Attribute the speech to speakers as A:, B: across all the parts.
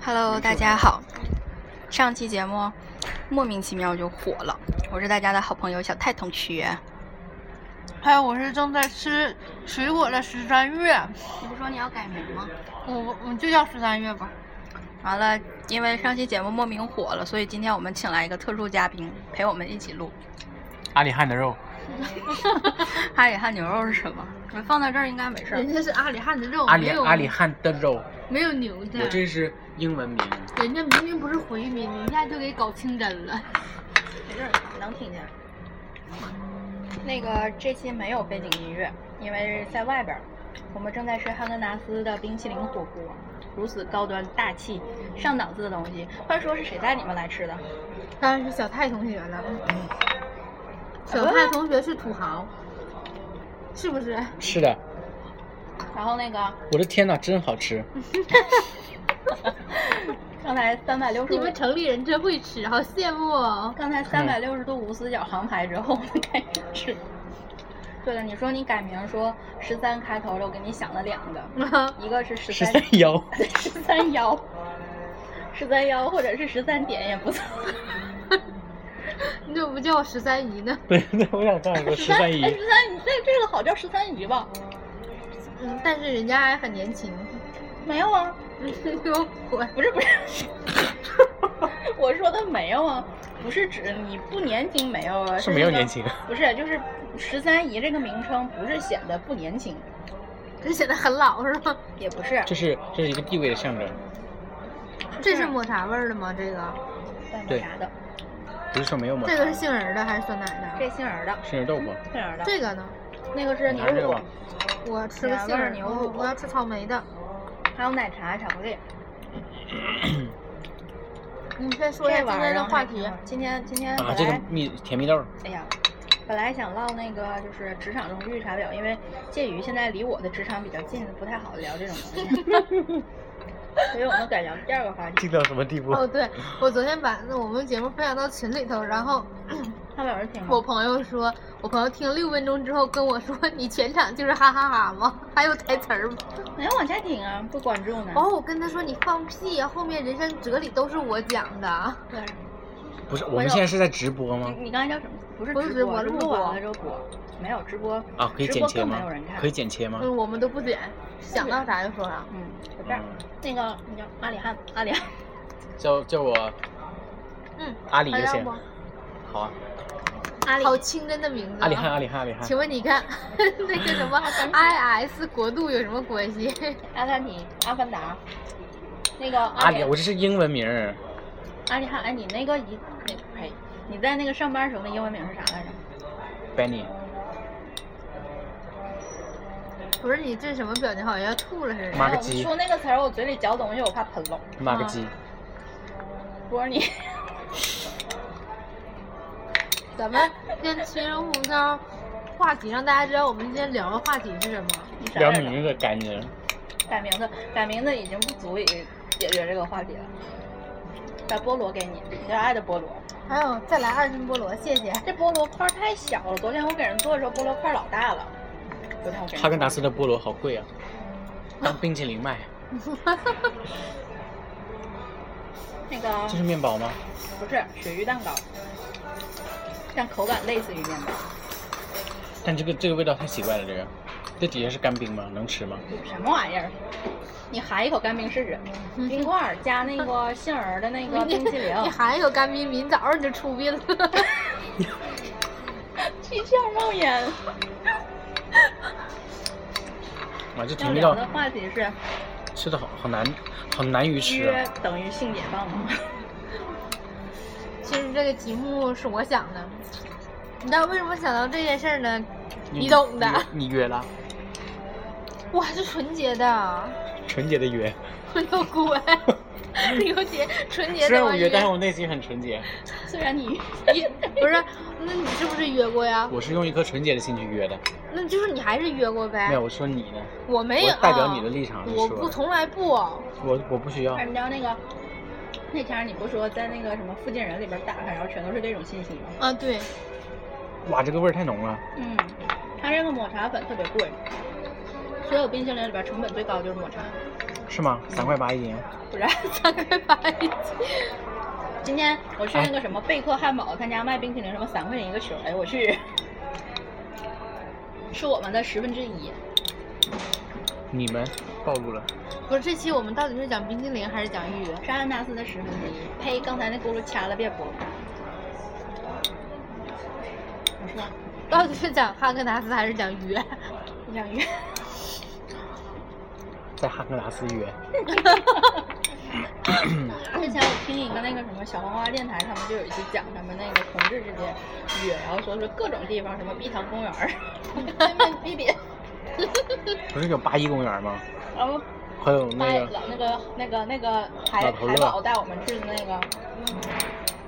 A: Hello，大家好。上期节目莫名其妙就火了，我是大家的好朋友小泰同学。
B: 还有我是正在吃水果的十三月，
A: 你不说你要改名吗？
B: 我我就叫十三月吧。
A: 完了，因为上期节目莫名火了，所以今天我们请来一个特殊嘉宾陪我们一起录。
C: 阿里汉的肉，
A: 哈里汉牛肉是什么？我们放到这儿应该没事儿
B: 人。家是阿里汉的
A: 哦
B: 肉，
C: 阿里
B: 没有
C: 阿里汉的肉，
B: 没有牛
C: 我
B: 的，
C: 这是英文名。
B: 人家明明不是回民，你一下就给搞清真了。
A: 没事儿，能听见。那个这期没有背景音乐，因为在外边儿，我们正在吃汉根达斯的冰淇淋火锅，如此高端大气、上档次的东西。话说是谁带你们来吃的？
B: 当然是小泰同学了，
A: 小泰
B: 同学是土豪，是不是？
C: 是的，
A: 然后那个
C: 我的天呐，真好吃！
A: 刚才三百六十
B: 你
A: 度
B: 们，城里人真会吃，好羡慕哦。
A: 刚才三百六十度无死角航拍之后，我们开始吃。对了，你说你改名说十三开头的，我给你想了两个，一个是十
C: 十
A: 三
C: 三幺，
A: 十三幺，十三幺或者是十三点也 不错。
B: 你怎么不叫我十三姨呢？
C: 对对，我想干一个十三姨
A: 哎，十三姨，这这个好叫十三姨吧？
B: 嗯，但是人家还很年轻。
A: 没有啊，
B: 有我
A: 不是不是， 我说的没有啊，不是指你不年轻没有啊，
C: 是没有
A: 那个
C: 年轻，
A: 不是就是十三姨这个名称不是显得不年轻，
B: 这显得很老是吗？
A: 也不是，
C: 这是这是一个地位的象征，
B: 这是抹茶味儿的吗？这个，
A: 干抹
C: 对
A: 啥的，
C: 不是说没有抹茶。
B: 这个是杏仁儿的还是酸奶的？啊
A: 这杏仁的，
C: 杏仁豆腐，
A: 杏仁的，
B: 这个呢？
A: 那个是牛
C: 拿这个
A: 乳
C: 吧，
B: 我吃个杏
A: 两啊
B: 仁
A: 个是牛
B: 我
A: 乳
B: 我要吃草莓的。
A: 还有奶茶巧克力。
B: 你先说一下
A: 这
B: 今
A: 玩意儿
B: 天的
A: 啊
B: 话题。，
A: 今天今天
C: 啊，
A: 本
C: 这个
A: 来
C: 蜜甜蜜豆，
A: 哎呀，本来想唠那个就是职场中绿茶婊，因为介于现在离我的职场比较近，不太好聊这种东西， 所以我们改聊第二个话题。
C: 到什么地步
B: 哦，对，我昨天把那我们节目分享到群里头，然后
A: 他们有人听
B: 我
A: 吗？
B: 朋友说，我朋友听六分钟之后跟我说，你全场就是哈哈哈吗？还有台词儿吗？
A: 你要往下听啊，不关注呢。
C: 哦
B: 然后我跟他说，你放屁呀、后面人生哲理都是我讲的。啊
A: 对，
C: 不是，我们现在是在直播吗？
A: 你你刚才叫什么？不是
B: 不是
A: 直
B: 直播
A: 是
B: 录
A: 录完
B: 播
A: 了之后播，没有直播
C: 啊，可以
A: 直
C: 剪
A: 播
C: 切
A: 更
C: 吗
A: 没有人看？
C: 可以。剪切吗？
B: 嗯，我们都不剪，想到啥就说啥。
A: 嗯，随便。
C: 嗯，
A: 那个你叫阿里汉，阿里汉，
C: 叫叫我
B: 嗯，
C: 阿里就
B: 还要
C: 行
B: 不。
C: 好啊，
A: 阿里
B: 好清真的名
A: 嗯
B: 字啊。
C: 阿里汉，阿里汉，阿里汉。
B: 请问你看那个什 么 IS 国度有什么关系？
A: 阿凡提，阿凡达，那个
C: 阿
A: 阿
C: 里，我这是英文名儿，
A: 阿里汉，哎，你那个一那个呸，你在那个上班时候那英文名是啥来着？
C: Benny。
B: 不是你这什么表情，好像要吐了似的。
C: 妈
A: 哎
C: 个
A: 我
C: 鸡
A: 说那个词儿，我嘴里嚼东西，我怕喷了。
C: 马个鸡，
A: 啊不是你，
B: 咱们先切入到话题，让大家知道我们今天聊的话题是什么。
A: 你啥
C: 聊
A: 人了
C: 名字赶紧。
A: 改名字，改名字已经不足以解决这个话题了。把菠萝给你，你爱的菠萝。
B: 还有，再来二斤菠萝，谢 谢。
A: 这菠萝块儿太小了，昨天我给人做的时候，菠萝块儿老大了。昨天我给人
C: 哈根达斯的菠萝好贵啊，当冰淇淋卖。
A: 那个
C: 这是面包吗？
A: 不是鳕鱼蛋糕，但口感类似于面包，
C: 但这个这个味道太奇怪了，这个。这底下是干冰吗？能吃吗？
A: 什么玩意儿？你含一口干冰试试，冰块儿加那个杏仁儿的那个冰淇 淋，
B: 你还有干冰，明早你就出殡了。
A: 七窍冒烟。
C: 啊，这
A: 要
C: 甜蜜
A: 聊
C: 到
A: 的话题是
C: 吃的好好难，好难于吃
A: 约
C: 啊。
A: 等于性解放吗？
B: 其实这个题目是我想的，你知道为什么想到这件事儿呢？
C: 你
B: 你懂的。
C: 你约了，
B: 我还是纯洁的，
C: 纯洁的约。
B: 我都 滚！刘姐，纯洁的
C: 虽然我
B: 玩意
C: 约，但是
B: 儿
C: 我内心很纯洁。
A: 虽然你
B: 你
A: 嗯
B: 不是，那你是不是约过呀？
C: 我是用一颗纯洁的心去约的。
B: 那就是你还是约过呗。
C: 没有，我说你呢？
B: 我没有
C: 我代表你的立场去
B: 我
C: 说
B: 不从来不。
C: 我我不需要
A: 哎，。你知道那个那天你不说在那个什么附近人里边打开，然后全都是这种信息吗？
B: 啊，对，
C: 哇，这个味儿太浓了。
A: 嗯，它这个抹茶粉特别贵，所有冰淇淋里边成本最高就是抹茶。
C: 是吗？三块八一斤。
A: 不然
B: 三块八一斤，
A: 今天我去那个什么贝克汉堡，他家卖冰淇淋，什么三块钱一个球，哎，我去， 是我们的十分之一。
C: 你们暴露了，
B: 不是这期我们到底是讲冰淇淋还是讲芋圆？
A: 是安达斯的十分之一。呸！刚才那轱辘掐了，别播了。我说，
B: 到底是讲哈根达斯还是讲芋圆？
A: 我想约。
C: 在汉格达斯约。
A: 之前我听一个那个什么小黄瓜电台，他们就有一期讲他们那个同志之间约，然后说是各种地方，什么碧塘公园 儿，对面比比，
C: 不是有八一公园吗？
A: 然后
C: 还有
A: 带
C: 那个
A: 老那个那个那个海
C: 老头乐
A: 海宝带我们去的那 个，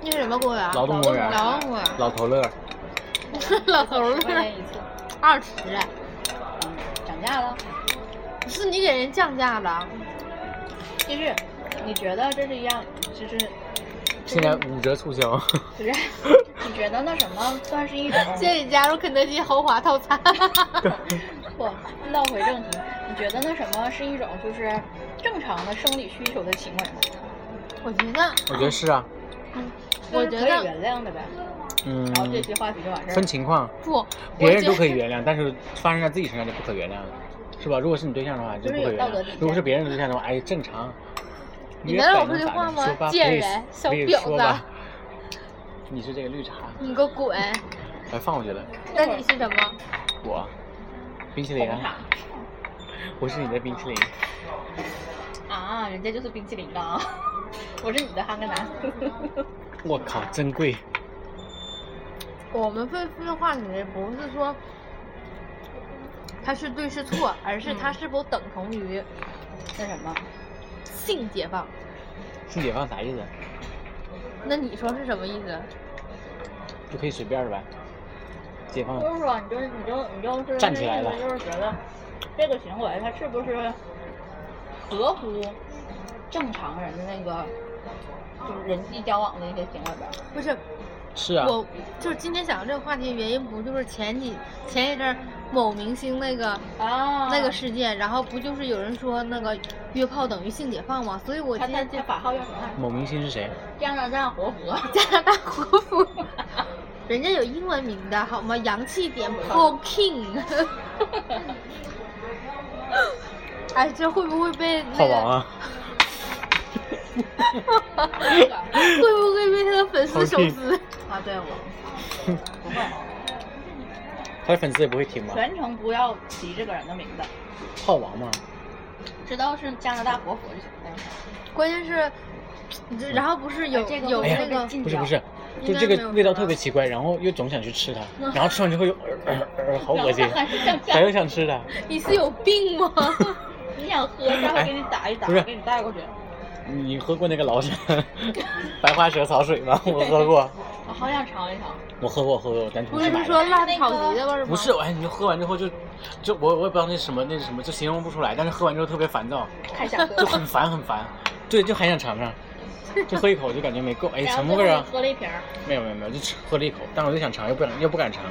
B: 那是什么公园？
C: 劳动公园
B: 劳动公园。
C: 老头乐，
B: 老头
A: 十块
B: 儿
A: 钱一次，
B: 二十，
A: 嗯，涨价了。
B: 是你给人降价了？
A: 继续，你觉得这是一样，就是
C: 现在五折促 销。
A: 不是？ 你觉得那什么算是一 种？
B: 建议加入肯德基豪华套餐。
A: 不，绕回正题，你觉得那什么是一种就是正常的生理需求的行为吗？
B: 我觉得，
C: 我觉得是啊，
B: 我
A: 就
B: 觉
A: 是可以
B: 得
A: 原谅的呗。
C: 嗯
A: 然，后这期话题就完事儿了。
C: 分情况，
B: 不，
C: 别
B: 哦我
C: 人
B: 觉
C: 都可以
B: 得
C: 原谅，但是发生在自己身上就不可原谅了，是吧？如果是你对象的话，就不
A: 就是有
C: 可原
A: 道德底
C: 谅；
A: 线
C: 如果是别人的对象的话，哎，正常。
B: 你
C: 约
B: 能
C: 百
B: 有这
C: 能
B: 句
C: 咋
B: 话
C: 的
B: 吗
C: 说吧
B: 贱
C: please，
B: 人小
C: please，
B: 婊
C: 说
B: 子
C: 吧你是这个绿茶，
B: 你给我 滚！
C: 来放回去了。
B: 那你是什么？
C: 我冰淇淋
A: 红
C: 啊，
A: 茶
C: 我是你的冰淇淋。
A: 啊，人家就是冰淇淋的啊， 我是你的哈根达 斯。
C: 我靠，真贵！
B: 我们分分话题不是说它是对是错，而是它是否等同于
A: 那什么，
B: 性解放。
C: 性解放啥意思？
B: 那你说是什么意思？
C: 就可以随便了呗？解放
A: 就是说，你就是你就你就是
C: 站起来了
A: 那意思就是觉得这个行为它是不是合乎正常人的那个就是人际交往的一些行为呗？
B: 不是，
C: 是啊，
B: 我就是今天想到这个话题，原因不就是前几前一阵儿某明星那个
A: 啊
B: 那个事件，然后不就是有人说那个约炮等于性解放吗？所以我
A: 他
B: 今
A: 他
B: 天就
A: 他法号叫什么？
C: 某明星是谁？
A: 加拿大活 佛。
B: 加拿大国服，人家有英文名的好吗？洋气点，Paul King。哎，这会不会被那
C: 炮
B: 个？
C: 王啊！
B: 会不会被他的粉丝
C: Paul
B: 手
C: King
B: 撕？
A: 啊，对 我不会，
C: 他的粉丝也不会听吗？
A: 全程不要提这个人的名字，
C: 炮王吗？
A: 知道是加拿大活佛就行。哎
B: 关键是，这然后不是有、
A: 哎这个
B: 有
A: 会
B: 那
A: 不会
B: 个
A: 被禁
C: 不是
A: 掉，
C: 不是，就
B: 应该
C: 这
B: 没
C: 个
B: 有
C: 味道
B: 吧
C: 特别奇怪，然后又总想去吃它，然后吃完之后又呃呃呃，好恶心
A: 还是想
C: 还
A: 干
C: 又想吃它。
B: 你是有病吗？
A: 你想喝，待会给你打一打，
C: 不是
A: 给你带过去。
C: 你喝过那个崂山白花蛇草水吗？我喝过，
A: 我好想尝一 尝。
C: 我喝过，我喝过，我单独
B: 不
C: 去
B: 是
C: 买
B: 说
C: 的。
B: 烂草泥的味儿吗？
C: 不是，，哎，你就喝完之后就，就我我也不知道那什么那什么，就形容不出来，但是喝完之后特别烦躁，
A: 太想喝
C: 就
A: 了。
C: 很烦很烦，对，就很想尝尝，就喝一口就感觉没够，哎，
A: 然
C: 什
A: 后
C: 么
A: 最
C: 味
A: 后你
C: 儿啊？
A: 喝了一瓶儿，
C: 没有没有没有，就吃喝了一口，但我就想尝，又不想又不敢尝，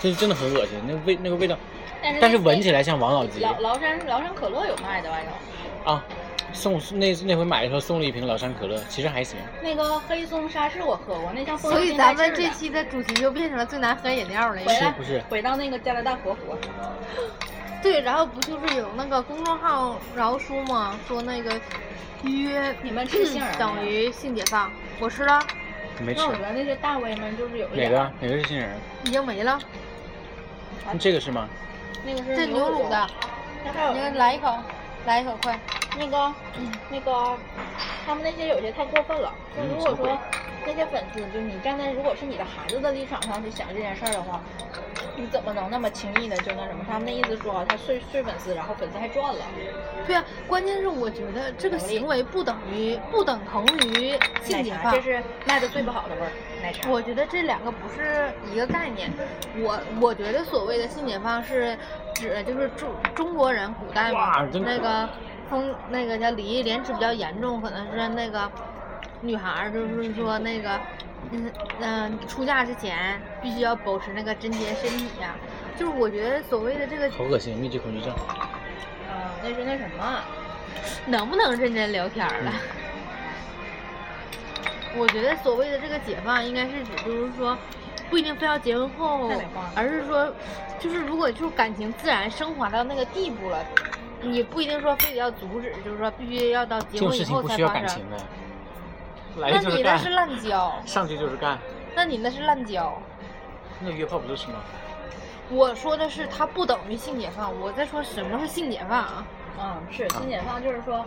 C: 就是真的很恶心，那味那个味道，
A: 但是
C: 但是闻起
A: 来。
C: 来像王老吉
A: 崂崂山崂山可乐有卖的外头，
C: 啊。送那那回买的时候送了一瓶崂山可乐，其实还行。
A: 那个黑松沙士我喝过，那像风
B: 所
A: 油
B: 以
A: 精带
B: 咱
A: 劲儿的
B: 们这期的主题就变成了最难喝饮料了。因
A: 回
B: 为
A: 来
C: 不是
A: 回到那个加拿大活佛，
B: 对，然后不就是有那个公众号饶叔吗？说那个约
A: 你们吃杏仁儿吗
B: 等于性解放，我吃了，
C: 你没吃
A: 那我觉得那些大 V 们就是有一
C: 哪
A: 点
C: 个啊？哪个是杏仁？
B: 已经没了。
C: 这个是吗？
A: 那个
B: 这
A: 是
B: 牛乳的，，
A: 那还有
B: 你看来一口，来一口快。
A: 那个那个，他们那些有些太过分了。就
C: 嗯
A: 如果
C: 什么鬼
A: 说那些粉丝，就你站在如果是你的孩子的立场上去想这件事儿的话，你怎么能那么轻易的就那什么？他们的意思说啊他睡睡粉丝，然后粉丝还赚了，
B: 对啊，关键是我觉得这个行为不等于不等同于性
A: 奶
B: 解
A: 茶
B: 放
A: 这。是卖的最不好的味儿，奶茶。
B: 我觉得这两个不是一个概念。我我觉得所谓的性解放是指就是中中国人古代嘛
C: 哇，真
B: 那个封那个叫礼义廉耻比较严重，可能是那个女孩儿就是说那个嗯嗯、出嫁之前必须要保持那个贞洁身体啊呀、就是我觉得所谓的这个
C: 好恶心，密集恐惧症。
A: 嗯，那是那什么，
B: 啊能不能认真聊天儿了？
A: 嗯
B: 我觉得所谓的这个解放，应该是指就是说，不一定非要结婚后
A: 太美化了，
B: 而是说，就是如果就是感情自然升华到那个地步了，你不一定说非得要阻止，就是说必须要到
C: 这
B: 结
C: 种
B: 婚
C: 事
B: 以
C: 情
B: 后
C: 不
B: 才
C: 需要
B: 发
C: 感
B: 生
C: 情。的，
B: 那
C: 来就
B: 你那
C: 干，
B: 是滥交，
C: 上去就是干。
B: 那你那是滥交。
C: 那约炮不就是吗？
B: 我说的是它不等于性解放，我在说什么是性解放啊？
A: 嗯，是性解放，就是说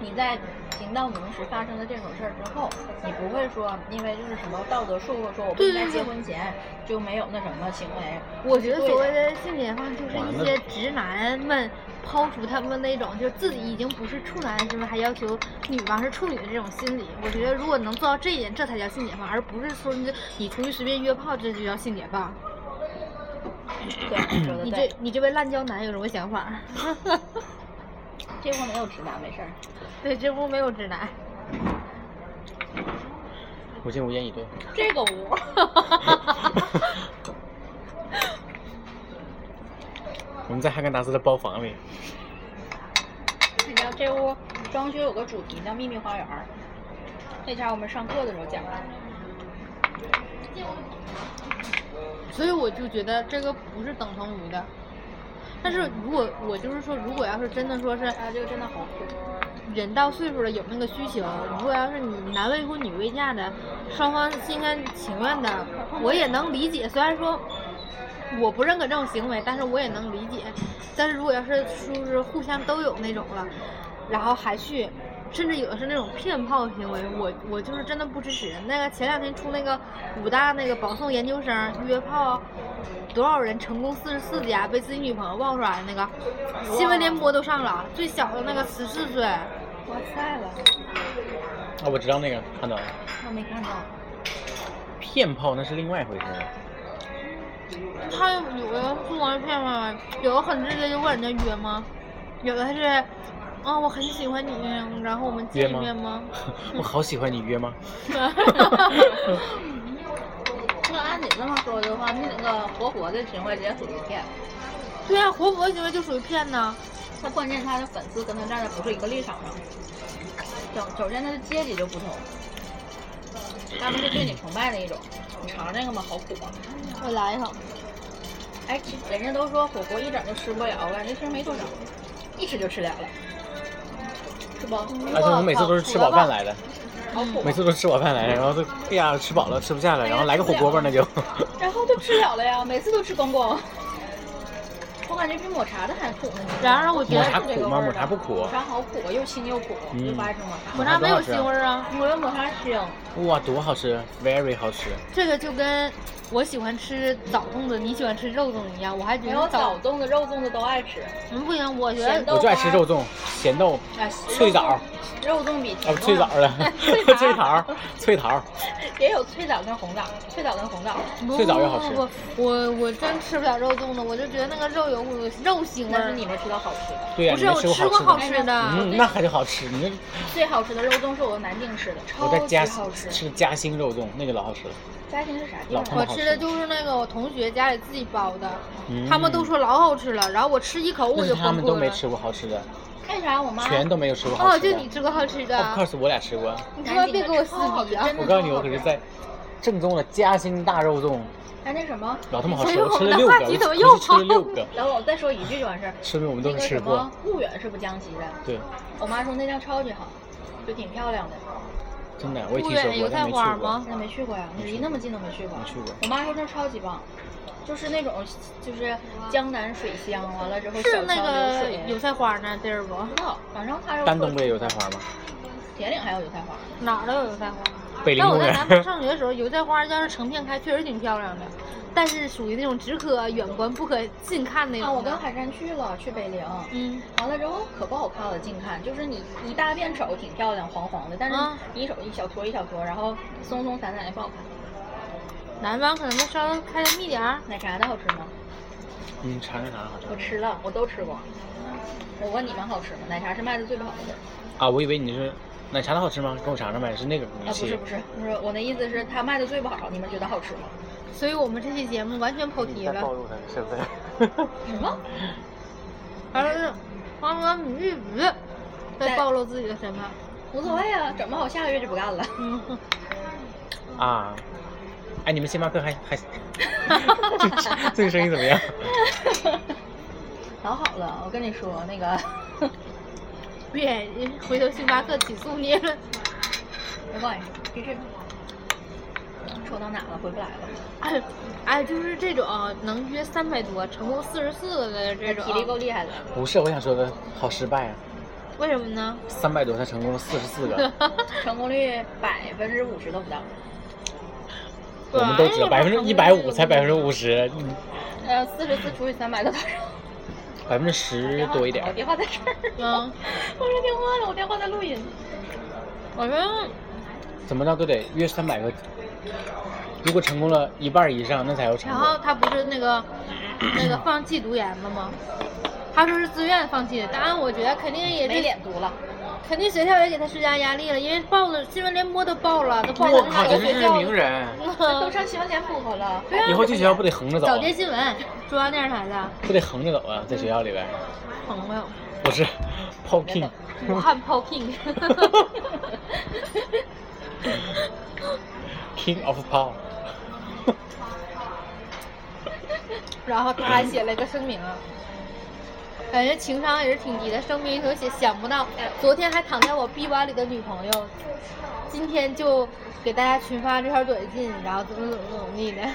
A: 你在情到浓时发生了这种事儿之后，你不会说因为就是什么道德束缚，说我不应该
B: 对对对
A: 结婚前就没有那什么行为。
B: 我觉得所谓的性解放，就是
C: 完
B: 一
C: 了
B: 些直男们抛出他们那种，就是自己已经不是处男的身份，还要求女方是处女的这种心理。我觉得如果能做到这一点，这才叫性解放，而不是说你你出去随便约炮，这就叫性解放。
A: 对，你说的
B: 你
A: 对
B: 这，你这位滥交男有什么想法？
A: 这块没有直男，没 事儿。
B: 对，这屋没有直男。
C: 我竟无言以对。
A: 这个屋，
C: 我们在汉根达斯的包房里，
A: 你知道这屋装修有个主题叫秘密花园儿，那天我们上课的时候讲的。
B: 所以我就觉得这个不是等同于的。但是如果我就是说，如果要是真的说是
A: 啊，这个真的好酷。
B: 人到岁数了有那个需求，如果要是你男未婚女未嫁的，双方心甘情愿的，我也能理解。虽然说我不认可这种行为，但是我也能理解。但是如果要是说是互相都有那种了，然后还去，甚至有的是那种骗炮行为，我我就是真的不支持。那个前两天出那个武大那个保送研究生约炮，多少人成功四十四家被自己女朋友爆出来的那个，新闻联播都上了，最小的那个十四岁。
A: 哇塞了，
C: 啊，我知道那个，看到了。
A: 我没看到。
C: 骗炮那是另外一回事。
B: 他有的不光是骗吗？有的很直接就问人家约吗？有的是，啊、我很喜欢你，然后我们见
C: 约
B: 一
C: 吗
B: 面吗？
C: 我好喜欢你，约吗？
A: 那按你这么说的话，你那个活活的行为直接属于骗。
B: 对呀、活佛行为就属于骗呢。
A: 那关键他的粉丝跟他站在不是一个立场上，首首先他的阶级就不同，他们是对你崇拜的一种。你尝这个吗？好苦啊！
B: 我来一口，
A: 哎，其实人家都说火锅一整就吃不了，我感觉其实没多少，一吃就吃了了，是不？
C: 而且我哎们每次都是吃饱饭来的，
A: 好苦啊、
C: 每次都是吃饱饭来的，然后都哎呀吃饱了吃不下了，然后来个火锅吧那就。
B: 哎
A: 然后就吃了了呀，每次都吃光光。我感觉比抹茶的还苦呢。
B: 然而我觉得
A: 抹茶
C: 抹茶苦吗抹茶不苦嗯
A: 抹茶好苦啊，又腥又苦，我就不爱吃抹茶。
B: 抹茶没有腥味儿啊。
A: 我觉得抹茶香，
C: 哇，多好吃，very 好吃。
B: 这个就跟我喜欢吃枣粽子，你喜欢吃肉粽一样，我还觉
A: 然后
B: 得
A: 枣
B: 枣
A: 粽子、肉粽子都爱吃。
B: 嗯不行，我觉
A: 咸
B: 得
A: 豆
C: 我就爱吃
A: 花
C: 肉粽、咸豆、
A: 啊，
C: 脆枣，
A: 肉粽比，
C: 哦，脆枣 了脆桃，脆桃。
A: 也有脆枣跟红枣，脆枣跟红枣
B: 不
C: 最早
B: 不
C: 就好吃
B: 不不，我我真吃不了肉粽子，我就觉得那个肉有股肉腥味
A: 那是
B: 儿。
A: 你没吃到好吃的。
C: 对呀，
B: 不是
C: 你没
B: 我
C: 吃
B: 吃
C: 过
B: 过
C: 好
B: 好
C: 吃的。
B: 吃的，哦
C: 嗯，那还是好吃。你
A: 最好吃的肉粽是我南京吃的，
C: 那
A: 超
C: 我在
A: 级
C: 嘉
A: 好吃。
C: 吃嘉兴肉粽，那个老好吃了。
A: 嘉兴是啥地
C: 老
A: 方
C: 汤
A: 啊？
B: 我吃的就是那个我同学家里自己包的，
C: 嗯
B: 他们都说老好吃了，然后我吃一口
C: 那
B: 我
C: 是
B: 就
C: 他
B: 崩
C: 们
B: 溃
C: 都没
B: 了。
C: 吃过好吃的，
A: 为啥我妈
C: 全都没有吃过好
B: 哦，
C: 吃的。
B: 就你吃过好吃
C: Of
B: 的，
C: course，我俩吃过。
B: 你他妈别跟我撕逼啊！
C: 我告诉你，我可是在正宗的嘉兴大肉粽，
A: 哎那什么？
C: 老他妈好
B: 所以
C: 吃，我
B: 我
C: 吃
B: 们
C: 了
B: 的
C: 六
B: 话
C: 个，
B: 题怎么
C: 我
B: 又
C: 是吃了六个，
A: 然后我再说一句就完事儿。
C: 说明我们都
A: 那
C: 是
A: 个
C: 吃
A: 什
C: 货
A: 么。婺源是不江西的，
C: 对，
A: 我妈说那家超级好，就挺漂亮的。
C: 真的，我也
B: 不
C: 听
B: 远
C: 说过，
B: 油
C: 但
B: 菜
C: 没
B: 花
C: 去过
B: 吗。？
A: 那没去过呀，你离那么近都没去过。
C: 没去过
A: 我妈说那超级棒，就是那种就是江南水乡，完了之后
B: 是
A: 小
B: 那
A: 桥流
B: 个
A: 水。
B: 油菜花那地儿不
A: 不？知道，反正他又
C: 丹东不也有油菜花吗？
A: 铁岭还有油菜花。
B: 哪儿都有油菜花。
C: 北陵
B: 但
C: 公
B: 我在南方
C: 园。
B: 上学的时候，油菜花要是成片开，确实挺漂亮的，但是属于那种只可远观不可近看那种
A: 啊，
B: 的。
A: 我跟海山去了，去北陵。
B: 嗯，
A: 完了之后可不好看了，近看就是你一大片手挺漂亮，黄黄的，但是
B: 啊
A: 你一手一小撮一小撮，然后松松散散也不好看。
B: 南方可能会稍微开的密点儿。
A: 奶茶的好吃吗？
C: 嗯，尝尝尝好吃
A: 我吃了，我都吃过。我问你们好吃吗？奶茶是卖的最不好的。
C: 啊！我以为你是奶茶的好吃吗？跟我尝尝呗，是那个
A: 啊，
C: 你
A: 不
C: 吃
A: 是。不是，不是，我那意思是它卖的最不好，你们觉得好吃吗？
B: 所以我们这期节目完全跑题了。
C: 露他的身份。
A: 什么？
B: 还有是黄河米玉鱼，会
A: 在
B: 暴露自己的身份。
A: 无所谓啊，整不好下个月就不干了。
B: 嗯，
C: 啊。哎，你们星巴克还 还，这这这个生意怎么样？
A: 老好了，我跟你说那个，
B: 别回头星巴克起诉你。
A: 没关系，这是说到哪了？回不来了。
B: 哎 哎，就是这种能约三百多，成功四十四个的这种，啊
A: 体力够厉害的，
C: 不是，我想说的好失败啊，
B: 为什么呢？
C: 三百多才成功了四十四 个，
A: 成功率百分之五十都不到。
C: 我们都只有百分之一百五，才百分之五十，
A: 呃，四十四除以三百多少？
C: 百分之十嗯多一点
A: 我
C: 儿。
A: 电话在这儿。
B: 嗯
A: 我说电话了，我电话在录音。
B: 我说
C: 怎么着都得约三百个，如果成功了一半以上，那才叫成
B: 然
C: 功
B: 后。他不是那个那个放弃读研了吗？他说是自愿放弃的，当然我觉得肯定也
A: 没
B: 是
A: 脸读了，
B: 肯定学校也给他施加压力了，因为报了新闻联播都报了，都报
C: 我
B: 了
C: 靠，
B: 个
C: 简直
B: 学
C: 是
B: 校。
C: 名人！
B: 嗯
A: 都上新闻联播了。
B: 对啊
C: 以后进学校不得横着走啊
B: 早，间新闻，中央电视台的
C: 不得横着走啊，在学校里边，
B: 朋 友，
C: 不是 p o k i n
B: 武汉炮 king，
C: g king of pop。
B: 然后他还写了一个声明啊。感觉情商也是挺低的，声明里头写想不到，昨天还躺在我臂弯里的女朋友，今天就给大家群发这条短信，然后怎么怎么怎么地的。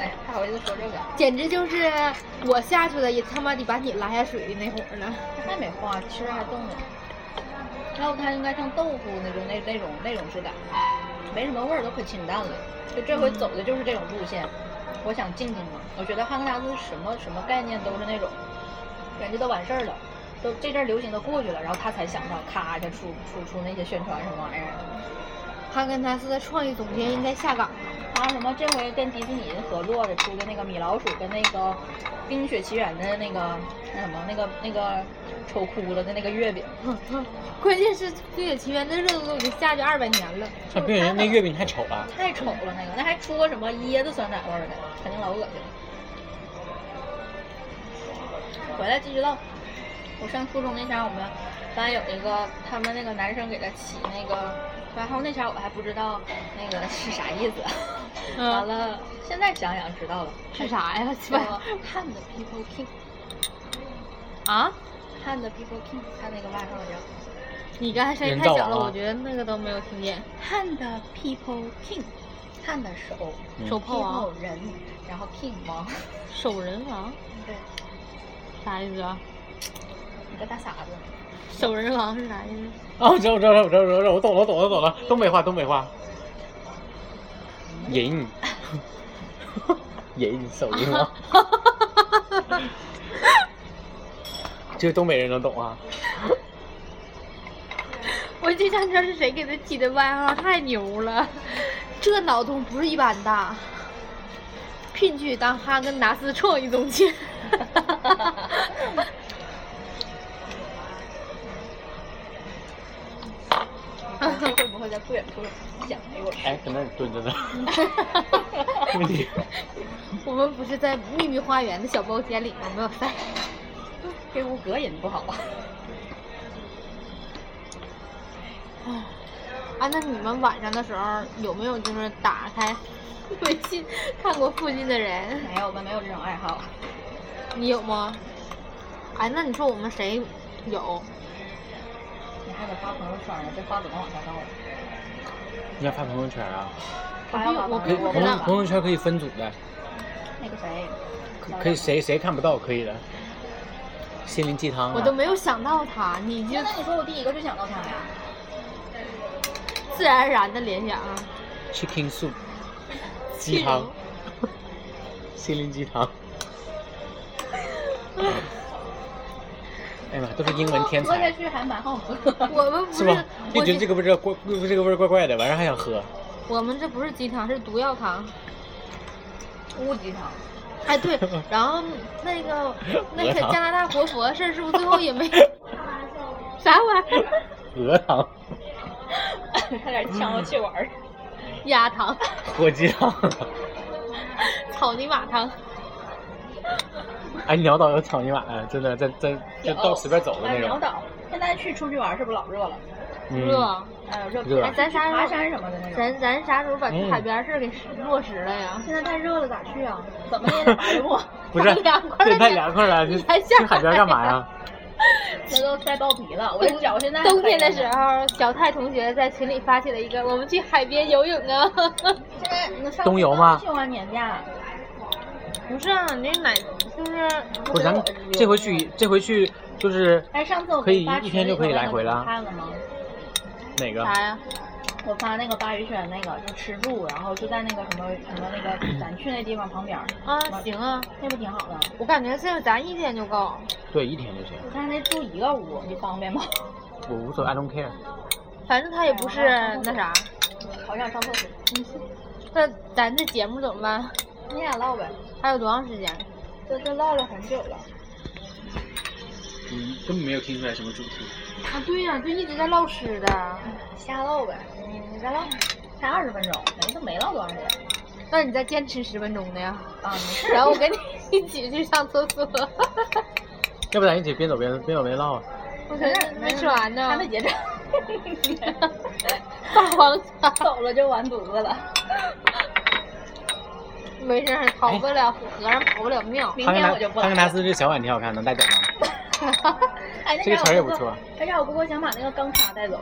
A: 哎，还好意思说这个，
B: 简直就是我下去了，也他妈得把你拉下水的那会儿呢。
A: 太没话，吃着还动呢。要不它应该像豆腐那种那那种那种质感，没什么味儿，都可清淡了。就这回走的就是这种路线。我想静静嘛，我觉得汉克达斯什么什么概念都是那种，人家都完事儿了，都这阵儿流行都过去了，然后他才想到咔一下出出出那些宣传什么玩意儿。
B: 哈根达斯的创意总监应该下岗了。
A: 还有什么这回跟迪士尼合作的出的那个米老鼠跟那个《冰雪奇缘》的那个那什么那个那个丑哭了的那个月饼，
B: 关键是《冰雪奇缘》的热度都已经下去二百年了。
C: 那哎病人那月饼太丑了，
A: 太丑了那个，那还出个什么椰子酸奶味儿的，肯定老恶心了。回来继续唠，我上初中那前儿，我们班有一个他们那个男生给他起那个外号，那前儿我还不知道那个是啥意思，
B: 嗯
A: 完了现在想想知道了，
B: 是啥呀？鸡
A: 叫
B: 巴
A: 汉的 people king，
B: 啊！
A: 汉的 people king，他那个外号 叫
B: 你刚才声音太小了，我觉得那个都没有听见。
A: 汉的 people king，汉的
B: 哦
A: 手，
C: 嗯
B: 手炮王、
A: people 人，然后 king 王，
B: 手人王
A: 对，
B: 啥意思啊？
A: 你个大傻子。
B: 手人王是啥意思？
C: 啊，我知道，我知道，我知道，我知道，我懂了，我懂了，我懂了。东北话，东北话。 银，银手啊银 王，这个东北人能懂啊？
B: 我就想知道是谁给他起的外号，太牛了！这脑洞不是一般大，聘去当哈根达斯创意总监。
A: 会不会在不远处想一会儿？
C: 哎，搁那儿蹲 着呢。你
B: 我们不是在秘密花园的小包间里吗？没有在。
A: 这屋隔音不好啊。
B: 啊，那你们晚上的时候有没有就是打开微信看过附近的人？
A: 没有，我们没有这种爱好。
B: 你有吗？哎，那你说我们谁有？
A: 你还得发朋友圈呢，这话怎么往下唠啊？
C: 要发朋友圈啊？
A: 发要发
B: 我
A: 朋
C: 可以
A: 友圈
B: 我不
C: 朋
B: 知
C: 友
B: 道
C: 朋友圈可以分组的，
A: 那个谁，
C: 可可以谁谁看不到可以的。心灵鸡汤、啊。
B: 我都没有想到他，你就
A: 现在你说我第一个就想到他呀？
B: 自然而然的联想啊。
C: Chicken soup，鸡汤，心灵鸡汤。哎呀妈，都是英文天
A: 喝下
C: 才，
A: 去还蛮好喝。
B: 我们不
C: 是
B: 是，
C: 吧？就
B: 我
C: 觉得这个味儿怪，这个味儿怪怪的，晚上还想喝。
B: 我们这不是鸡汤，是毒药 汤。
A: 乌鸡汤，
B: 哎，对，然后那个那个
C: 鹅汤
B: 加拿大活佛事儿是不是最后也 没啥玩意儿？
C: 鹅汤、
A: 差点呛到气管 儿。
B: 鸭汤、
C: 火鸡汤。
B: 草泥马汤。
C: 哎，鸟岛有草泥马，真的在在就到随便走
B: 哦
C: 的
A: 哎
C: 那
A: 秒
C: 种。
A: 倒，现在去出去玩是不是老热了？
C: 嗯，
B: 热，
A: 呃，热
C: 热
A: 哎咱啥时候爬山什么的那种。
B: 咱咱啥时候把
C: 嗯
B: 海边事儿给实落实了 呀？
A: 现在太热了，咋去啊？怎么也得八月末，
C: 不是，
B: 凉快
C: 这
B: 了
C: 太凉快了，
B: 你
C: 这
B: 还下
C: 去海边干嘛呀？
A: 那都晒爆皮了。我这脚现在
B: 冬天的时，候，小泰同学在群里发起了一个“我们去海边游泳啊
A: 现在那上
C: 冬游吗
A: 休完年假，”，
B: 不是啊，你奶就是
C: 不是，咱们这回去这回去就是
A: 哎，上次我
C: 可以
A: 发
C: 一天就可以来回了
A: 群里头那个你看了吗？
C: 哪个？
B: 啥呀？
A: 我发那个鲅鱼选那个就吃住，然后就在那个什么什么那 个咱去那地方旁边儿
B: 啊，行，啊，
A: 那不挺好的？
B: 我感觉这咱一天就够。
C: 对，一天就行，
A: 你看那住一个屋，你方便吗？
C: 我无所谓，I don't care。
B: 反正他也不是那啥，
A: 好想上厕所，
B: 那咱这节目怎么办？
A: 你俩唠呗，
B: 还有多长时间？
A: 这这唠了很久了。
C: 你根本没有听出来什么主题。
B: 啊，对呀、就一直在唠吃的。
A: 瞎唠呗，你你再唠，才二十分钟，没都没唠多长时间
B: 那你再坚持十分钟的呀，
A: 啊。没事
B: 然后我跟你一起去上厕所。
C: 要不咱一起边走边边走边唠啊？
B: 我觉得没吃完呢
A: 还，没结 账，
B: 霸王茶，
A: 走了就完犊子了。
B: 没事儿，逃不了和尚跑不了庙。
A: 明
C: 哈根
A: 天
C: 达
A: 我就不来
C: 哈根达
A: 了。
C: 斯这小碗挺好看，能带走吗？
A: 哎，那
C: 这个
A: 啥
C: 词儿也
A: 我
C: 不错。啊
A: 哎呀，我不过想把那个钢叉带走。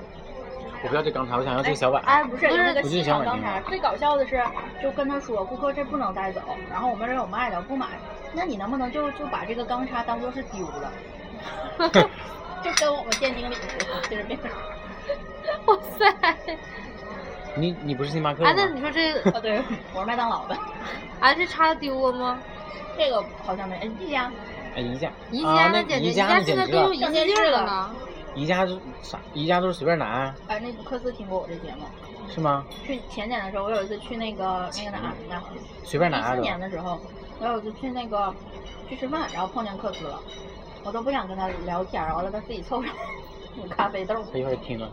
C: 我不要这钢叉，我啊想要这个小碗。
A: 哎，不是，
B: 不
A: 就是那个
C: 我
A: 西
C: 就想
A: 厂钢
C: 买那
A: 叉。最搞笑的是，就跟他说顾客这不能带走，然后我们这儿有卖的，不买。那你能不能就就把这个钢叉当做是丢 了？就跟我们店经理说，就是变成
B: 哇塞！
C: 你你不是星巴克
B: 哎，那
C: 的吗？
B: 你说这，
A: 啊，对，我是麦当 劳的，啊
B: 哎，这叉子丢过吗？
A: 这个好像没。哎，一家
C: 哎，宜家，
B: 宜
C: 啊
B: 家
C: 那
B: 那简直，
C: 宜
B: 宜
C: 家
B: 家
C: 那
B: 现在
C: 简直
B: 都
C: 了
B: 用一个劲儿了呢。
C: 宜家是啥？宜家都是随便拿，
A: 哎，那克斯听过我这节目。
C: 是吗？
A: 去前年的时候，我有一次去那个那个哪儿哪儿，
C: 随便
A: 一
C: 拿
A: 四
C: 的。
A: 年的时候，我有一次去那个去吃饭，然后碰见克斯了，我都不想跟他聊天儿，完了他自己凑上 有咖啡豆，
C: 他一会儿听了，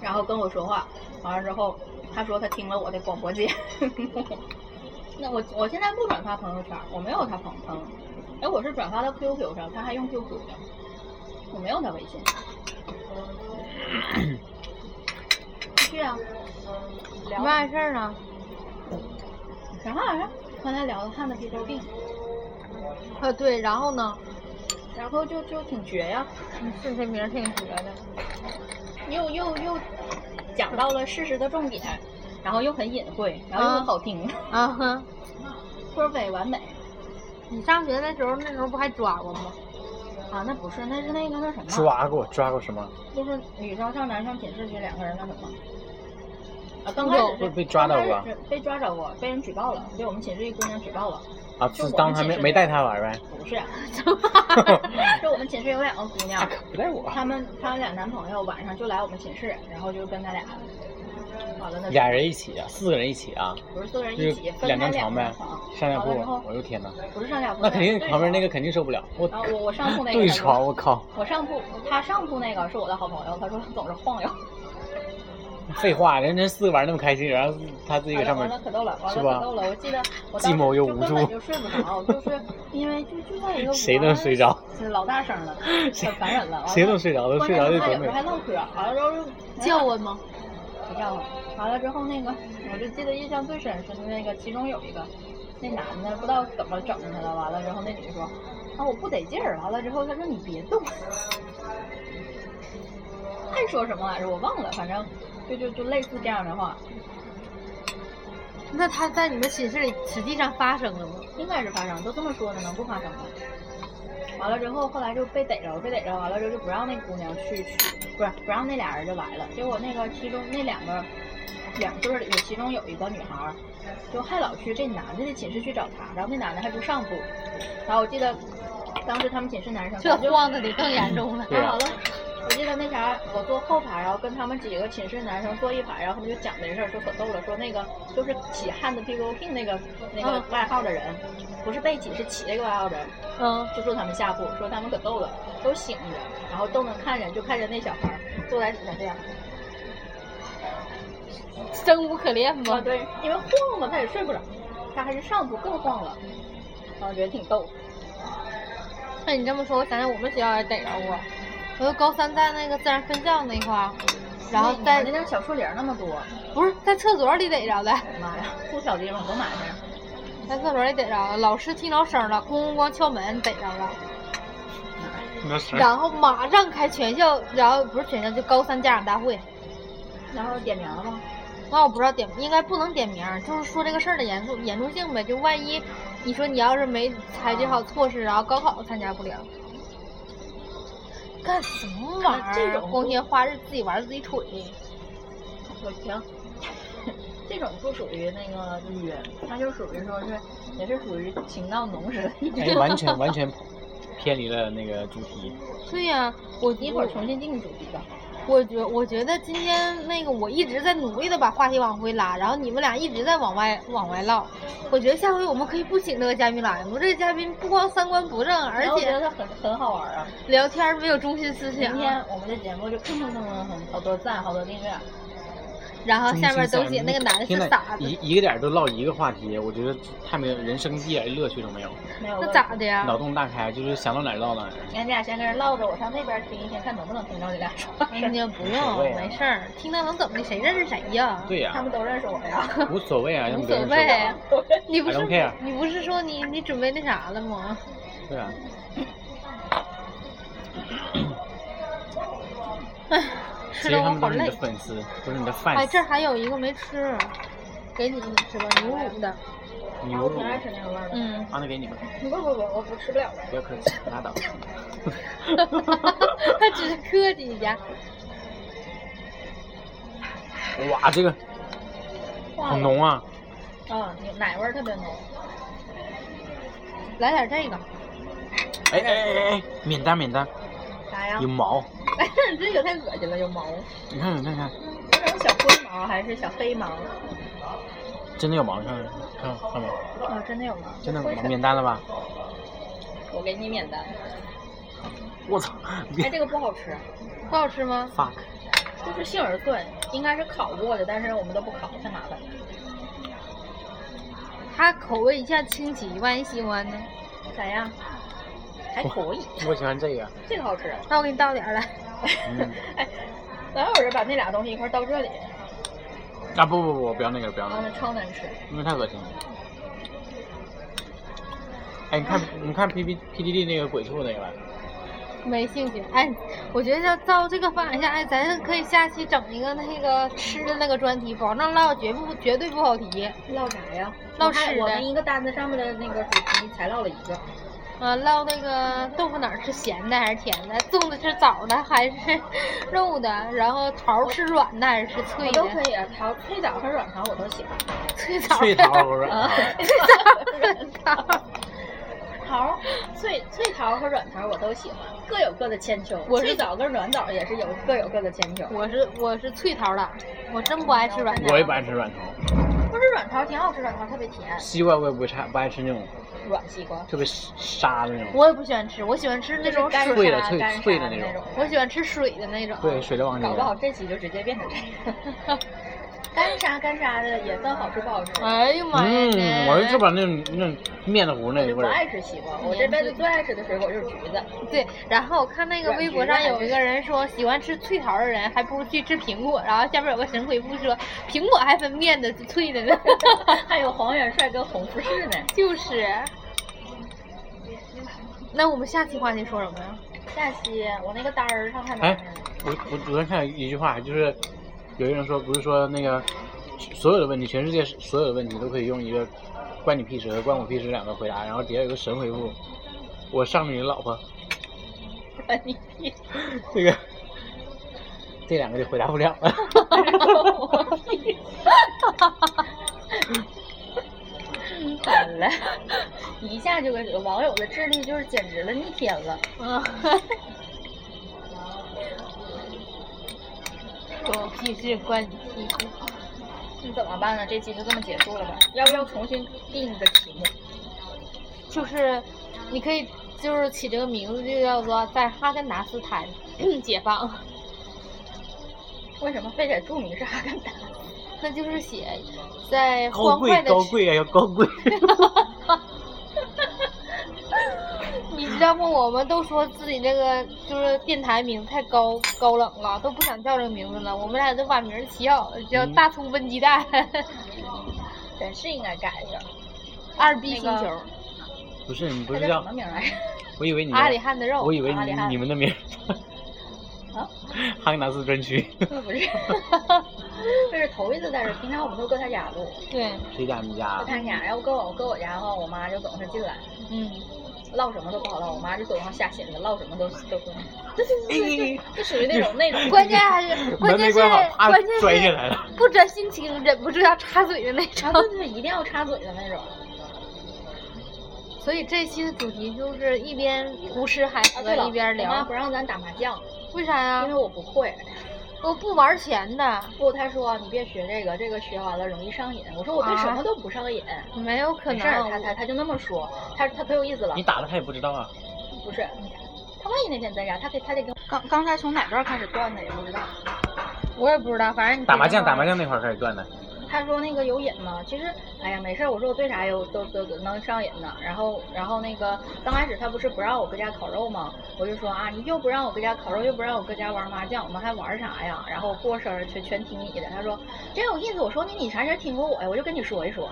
A: 然后跟我说话，完了之后他说他听了我的广播节目。 那我我现在不转发朋友圈，我没有他朋朋友，哎，我是转发到 QQ 上，他还用 QQ 呢，我没有他微信。去啊，聊吧。
B: 完事儿呢？
A: 啥玩意儿？刚才聊的汉子皮周病，
B: 啊，对，然后呢？
A: 然后就就挺绝呀、
B: 是这名儿挺绝的。
A: 又又又讲到了事实的重点，然后又很隐晦，然后又很好听，
B: 啊哼，
A: perfect 完美
B: 你上学的时候，那时候不还抓过吗？
A: 啊！那不是，那是那个那什么，
C: 抓过抓过什么？
A: 就是女生上男生寝室去，两个人那什么。啊，刚开始
C: 被
A: 是
C: 被抓到过
A: 刚开始是被抓着过，被人举报了，被我们寝室一姑娘举报了。
C: 啊，
A: 就是我
C: 当
A: 们
C: 时
A: 寝
C: 还没
A: 室
C: 没带他玩呗？
A: 不是、啊 就我们寝室有两个姑娘，
C: 不带我，
A: 她们她们俩男朋友晚上就来我们寝室，然后就跟她俩，完了那
C: 俩人一起啊，四个人一起啊，
A: 不是四个人
C: 就
A: 一
C: 是
A: 起，分
C: 两
A: 开
C: 张
A: 两
C: 床呗
A: 张床，，
C: 上下
A: 完了之
C: 铺
A: 后。
C: 我的天哪，
A: 不是上下铺，
C: 那肯定
A: 对
C: 旁边那个肯定受不了，我
A: 啊，我我上铺那个
C: 对
A: 他说
C: 床，我靠，
A: 我上铺，他上铺那个是我的好朋友，他说他总是晃悠，
C: 废话，人家四个玩那么开心，然后他自己
A: 完
B: 哎
C: 搁
A: 了
C: 上
A: 完了
C: 面，
A: 可逗了，完
C: 是
A: 了
C: 吧
A: 可逗了，我记得我当时
C: 寂寞又
A: 就
C: 无
A: 根
C: 助
A: 本就睡不着，就是因为就就在一个屋啊
C: 谁能睡着？
A: 是老大声了，很烦人了，完了
C: 谁能睡着的？
A: 关
C: 睡
A: 键
C: 着就是
A: 他
C: 倒
A: 有时候还
C: 霉。
A: 唠嗑，完了之后就
B: 叫我吗？
A: 不叫我，完了之后那个我就记得印象最深是那个其中有一个那男的不知道怎么整他了，完了之后那女的说啊我不得劲儿，完了之后他说你别动， 还说什么来着我忘了，反正就就就类似这样的话，
B: 那他在你们寝室里实际上发生了吗？
A: 应该是发生，都这么说的能不发生吗？完了之后，后来就被逮着了，被逮着完了之后就不让那姑娘去去，不是不让那俩人就来了。结果那个其中那两个两对儿里头，其中有一个女孩儿，就还老去这男的的寝室去找她，然后那男的还住上铺。然后我记得当时他们寝室男生
B: 这
A: 就
B: 晃的得更严重了。
C: 对
A: 哎，
C: 啊
A: 好了，我记得那啥，我坐后排，然后跟他们几个寝室男生坐一排，然后他们就讲这事儿，说可逗了，说那个就是起汉子 PQ King 那个那个
B: 嗯
A: 外号的人，不是被起，是起这个外号的人，
B: 嗯，
A: 就住他们下铺，说他们可逗了，都醒着，然后都能看见，就看见那小孩儿坐在底下这样，
B: 生无可恋
A: 啊
B: 吗？
A: 对，因为晃嘛，他也睡不着，他还是上铺更晃了，然后觉得挺逗，
B: 那你这么说，我想想我们学校也逮着过，我就高三在那个自然分校那块儿，然后在
A: 哎那点小树林儿那么多，
B: 不是在厕所里逮着的，
A: 妈 呀，不小地方都埋汰呀。
B: 在厕所里逮着的，老师听着声了，咣咣咣敲门逮着了，
C: 那是
B: 然后马上开全校，然后不是全校就高三家长大会，
A: 然后点名了吗？
B: 那我不知道点应该不能点名儿，就是说这个事儿的严肃严重性呗，就万一你说你要是没采取好措施，然后高考参加不了。干什么玩意儿？
A: 这种
B: 光天化日自己玩自己腿，
A: 我行， 这种不属于那个预约，它就属于说是也是属于情到浓时的一种。
C: 哎，完全完全偏离了那个主题。
B: 对呀、我
A: 一会儿重新进入主题吧。
B: 我觉我觉得今天那个我一直在努力的把话题往回拉，然后你们俩一直在往外往外唠。我觉得下回我们可以不请这个嘉宾来，我这个嘉宾不光三观不正，而
A: 然后我觉
B: 且
A: 得很很好玩啊！
B: 聊天没有中心思
A: 今
B: 想。
A: 天我们的节目就蹭蹭蹭蹭蹭，好多赞，好多订阅。
B: 然后下面都写那个男的是
C: 天呐
B: 傻子，
C: 一一个点儿都唠一个话题，我觉得太没有人生一点乐趣都没有，
A: 没有
B: 那
A: 问
B: 咋的呀？
C: 脑洞大开，就是想到哪儿唠哪儿。
A: 你看，你俩先跟人唠着，我上那边听一听，看能不能听着你俩说话。
B: 哎呀，不
C: 无所
B: 用，
C: 谓啊
B: 没事儿，听到能怎么的？谁认识谁呀？
C: 对
A: 他
C: 呀、
A: 们都认识我呀。
C: 无所谓啊，他
B: 无
C: 们
B: 所
C: 都是
B: 谓
C: 说。
B: 你不
C: I
B: 是
C: don't care
B: 你不是说你你准备那啥了吗？
C: 对啊，
B: 哎，吃
C: 其实
B: 的
C: 他
B: 我
C: 们
B: 好
C: 都是你
B: 累
C: 的。粉丝，都是你的 fans。
B: 哎，这儿还有一个没吃，给你你吃吧，牛乳的。
C: 你
A: 啊
C: 侮
A: 我
C: 辱
A: 挺爱吃那个味儿的。
B: 嗯，
C: 啊，那给你吧，
A: 不不不，我不吃不了的。
C: 不要客气，拉倒。
B: 他只是客气一下。
C: 哇，这个
A: 哇
C: 好。浓啊！
A: 嗯，牛奶味儿特别浓。
B: 来点这个，
C: 哎哎哎哎哎，免单免单，
A: 啥呀
C: 有？毛，
A: 哎，你这个太恶心了，有毛。
C: 你看你看你看，
A: 这种小灰毛还是小黑毛？
C: 真的有毛，你看看看没？
A: 哦，真的有毛。
C: 真的有
A: 灰
C: 毛，
A: 尘
C: 免单了吧？
A: 我给你免单。
C: 我操，
A: 哎，
C: 别
A: 这个不好吃，
B: 不好吃吗？
C: fuck，
A: 就是杏仁炖，应该是烤过的，但是我们都不烤，太麻烦。
B: 它口味一下清奇，万一喜欢呢？
A: 咋样？还可以，
C: 我喜欢这个，
A: 这个好吃。啊
B: 那我给你倒点儿来。
C: 嗯，
A: 哎，哪有人把那俩东西一块儿倒这里？
C: 啊不不不，我不要那个不要
A: 然
C: 那
A: 后
C: 个
A: 呢，，超难吃。
C: 因为太恶心了。哎，你看，你看 P P P D D 那个鬼畜那 个吧，
B: 没兴趣，哎，我觉得要照这个方向下，哎，咱可以下期整一个那个吃的那个专题，保证唠绝不绝对不好题，
A: 唠啥呀？
B: 唠
A: 你看
B: 吃的
A: 我们一个单子上面的那个主题才唠了一个，
B: 啊，唠那个豆腐脑儿是咸的还是甜的，粽子是枣的还是 肉的，然后桃儿是软的还是脆
A: 我
B: 的
A: 都，可以啊，桃脆枣和软糖我都喜欢。
B: 脆枣
C: 脆
B: 儿
C: 桃和软
A: 啊
C: 桃，
B: 桃 儿
A: 桃儿 脆脆桃和软桃我都喜欢，各有各的千秋。
B: 我是
A: 脆枣跟软枣也是有各有各的千秋。
B: 我是我是脆桃的，我真不爱吃软
C: 我
B: 的。
C: 也不爱吃软糖，
A: 不是软桃挺好吃，软桃特别甜，
C: 西瓜我也不差，不爱吃那种
A: 软西瓜。
C: 特别沙的那种，
B: 我也不喜欢吃，我喜欢吃那种
A: 干
B: 水，
C: 脆的
A: 沙
C: 脆
A: 干
C: 脆
A: 沙
C: 的
A: 的
C: 那
A: 那
C: 种
B: 我喜欢吃水的那种。
C: 对，水的王
A: 搞不好
C: 者。
A: 这期就直接变成这个 干沙干沙的也分好吃不好吃。
B: 哎呀妈呀！
C: 嗯，我就吃不了那种那种面的糊那
A: 我就
C: 个
A: 不
C: 味儿。
A: 爱吃西瓜，我这辈子最爱吃的水果就是橘子。
B: 对，然后我看那个微博上有一个人说，喜欢吃脆桃的人还不如去吃苹果，然后下面有个神回复说，苹果还分面的脆的呢。
A: 还有黄元帅跟红富士呢。
B: 就是。那我们下期话题说什么 呀？
A: 下期我那个单儿上还没
C: 哎，我我我昨天看有一句话，就是有一人说，不是说那个所有的问题，全世界所有的问题都可以用一个“关你屁事”和“关我屁事”两个回答，然后底下有个神回复：“我上你的老婆。
A: 哎，你屁！”
C: 这个这两个就回答不了了。
A: 我屁！ 完了，一下就给网友的智力就是简直了逆天了。
B: 嗯，关
A: 哦
B: 我屁事，关你屁事。
A: 你怎么办呢？这期就这么结束了吧？要不要重新定一个题目？
B: 就是你可以就是起这个名字就叫做在哈根达斯谈解放，
A: 为什么非得注明是哈 根达斯？
B: 那就是写在
C: 高
B: 欢
C: 贵
B: 快的
C: 高贵啊，要高贵！
B: 你知道不？我们都说自己这个就是电台名太高高冷了，都不想叫这个名字了。我们俩都把名儿起好了，叫
C: 嗯
B: 大葱焖鸡 蛋、
A: 真是应该改一下。
B: 二逼
A: 那
B: 星
A: 个
B: 球、
C: 不是你不
A: 他
C: 是
A: 叫
C: 叫
A: 什么，名儿来着？
C: 我以为你
B: 阿里
C: 们，
B: 汉的肉。
C: 我以为
A: 阿里
C: 你
A: 汉
C: 你们的名儿
A: 啊，
C: 哈根达斯专区，
A: 不是，这是头一次在这儿，平常我们都搁他家录，
B: 对，
C: 谁家你家啊
A: 搁？他家，然后搁我搁我家的话，我妈就总是进来，
B: 嗯，
A: 唠什么都不好唠，我妈就总要下心思，唠什么都都不好，
C: 哎
A: 就属于那种那种。
B: 关键还是关
C: 门
B: 键
C: 没
B: 是
C: 关好，啊
B: 关键是
C: 摔下来了。
B: 不专心听，忍不住要插嘴的那
A: 然
B: 种。
A: 后啊就是一定要插嘴的那种。
C: 啊
B: 所以这期的主题就是一边胡吃海
A: 啊，
B: 喝
A: 对了，
B: 一边
A: 我妈
B: 聊
A: 不，让咱打麻将，
B: 为啥呀
A: 因为？我不会。
B: 我不玩钱的，
A: 不，她说你别学这个，这个学完了容易上瘾。我说我对
B: 啊
A: 什么都不上瘾，
B: 没有可
A: 没事儿。她
B: 能。
A: 她她就那么说，她她可有意思了
C: 你。打了他也不知道啊，
A: 不是，她万一那天在家，她可以她得跟刚刚才从哪段开始断的也不知道。
B: 我也不知道，反正你
C: 打麻将
B: 这
C: 打
B: 个话
C: 麻将那会儿开始断的，
A: 她说那个有瘾吗？其实，哎呀，没事儿。我说我对啥有都都都能上瘾的。然后，然后那个刚开始她不是不让我搁家烤肉吗？我就说啊，你又不让我搁家烤肉，又不让我搁家玩麻将，我们还玩啥呀？然后过生日全全听你的。她说真有意思。我说那你啥时候听过我呀？我就跟你说一说。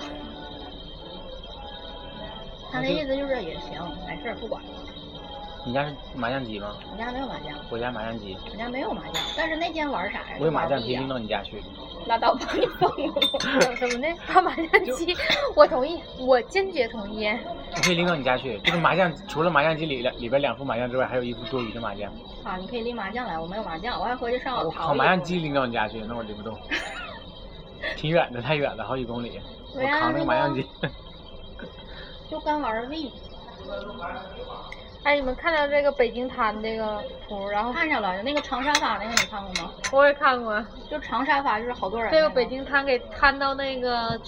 A: 她那意思就是也行，没事儿不管。
C: 你家是麻将机吗？
A: 我家没有麻将，
C: 我家麻将机，
A: 我家没有麻将。但是那天玩啥呀？
C: 我有麻将
A: 玩
C: 机
A: 币呀
C: 运到你家去，
A: 拉倒吧，你疯了吧。
B: 怎怎么的？打麻将机，我同意，我坚决同意。
C: 我可以拎到你家去。就是麻将，除了麻将机里两里边两副麻将之外，还有一副多余的麻将。
A: 啊，你可以拎麻将来，我没有麻将，我还回去上
C: 啊我
A: 网淘
C: 靠，
A: 一
C: 麻
A: 个
C: 将机拎到你家去，那我拎不 动，挺远的，太远了，好几公里。我
A: 对
B: 啊
A: 呀
C: 扛那个麻将机，
A: 就干玩 V，
B: 哎，你们看到这个北京滩这个图，然后
A: 看上了那个长沙发那个你看过吗？
B: 我也看过，
A: 就长沙发就是好多人。
B: 这个北，京滩给摊到那个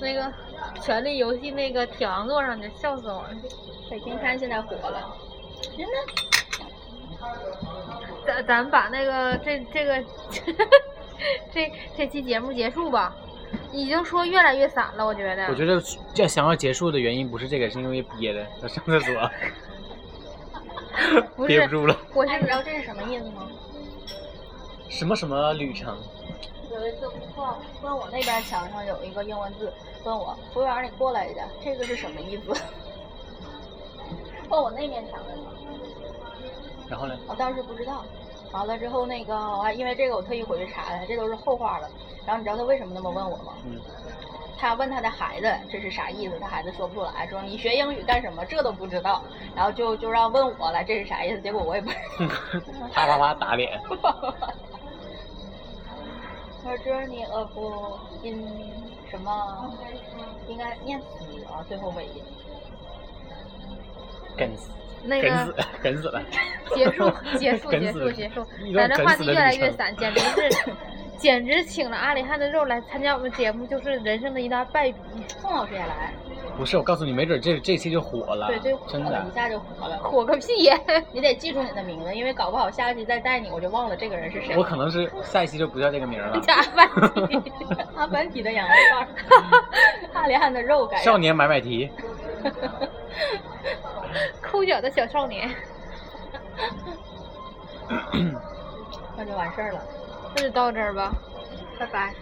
B: 那个《权力游戏》那个铁王座上去，笑死我了。
A: 北京滩现在火了，真的。
B: 咱咱把那个这这个 这这期节目结束吧，已经说越来越散了，我觉得。
C: 我觉得这想要结束的原因不是这个，是因为憋的，要上厕所，
B: 不
C: 憋
B: 是
C: 不住了。
B: 我
A: 哎，
B: 是
A: 你知道这是什么意思吗？
C: 什么什么旅程？
A: 有一次问问我那边墙上有一个英文字，问我服务员你过来一下，这个是什么意思？ 问我那面墙上吗？
C: 然后呢？
A: 我当时不知道。完了之后，那个我还因为这个我特意回去查的，这都是后话了。然后你知道他为什么那么问我吗？
C: 嗯，
A: 他问他的孩子这是啥意思，他孩子说不出来，说你学英语干什么？这都不知道，然后就就让问我了，这是啥意思？结果我也不知
C: 啪啪啪打脸。
A: 道。他说 journey of in 什么，应该念死啊，最后尾音。
C: 梗死，
B: 那
C: 梗
B: 个，
C: 死 梗死了。
B: 结束 结束
C: 梗
B: 结
C: 死
B: 束
C: 了
B: 结束
C: 一，段
B: 咱这
C: 梗
B: 话
C: 死
B: 题
C: 的
B: 越来
C: 旅
B: 越
C: 程
B: 散，简直是简直请了阿里汉的肉来参加我们节目，就是人生的一大败笔。
A: 宋老师也哎来，
C: 不是，我告诉你，没准这这期就火了，
A: 对，就火
C: 真
A: 了，
C: 的
A: 一。下就火 了。
B: 火个屁呀！
A: 你得记住你的名字，因为搞不好下一期再带你，我就忘了这个人是谁。
C: 我可能是下一期就不叫这个名儿了。
B: 加班机。
A: 阿凡提的羊肉串儿，阿里汉的肉感。
C: 少年买买提，
B: 抠脚的小少年，
A: 那就完事儿了。
B: 那就到这儿吧，拜拜。